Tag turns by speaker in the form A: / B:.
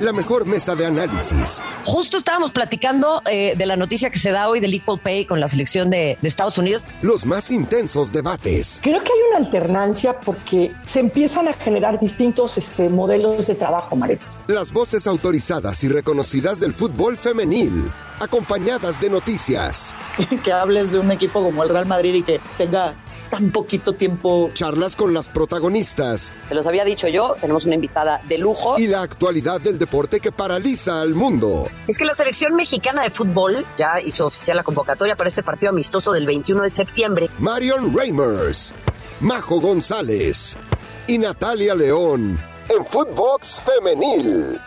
A: la mejor mesa de análisis.
B: Justo estábamos platicando eh, de la noticia que se da hoy del Equal Pay con la selección de, de Estados Unidos.
A: Los más intensos debates.
C: Creo que hay una alternancia porque se empiezan a generar distintos este, modelos de trabajo, Mario.
A: Las voces autorizadas y reconocidas del fútbol femenil, acompañadas de noticias.
D: que hables de un equipo como el Real Madrid y que tenga tan poquito tiempo.
A: Charlas con las protagonistas.
E: Se los había dicho yo, tenemos una invitada de lujo.
A: Y la actualidad del deporte que paraliza al mundo.
E: Es que la selección mexicana de fútbol ya hizo oficial la convocatoria para este partido amistoso del 21 de septiembre.
A: Marion Reimers, Majo González y Natalia León en Footbox Femenil.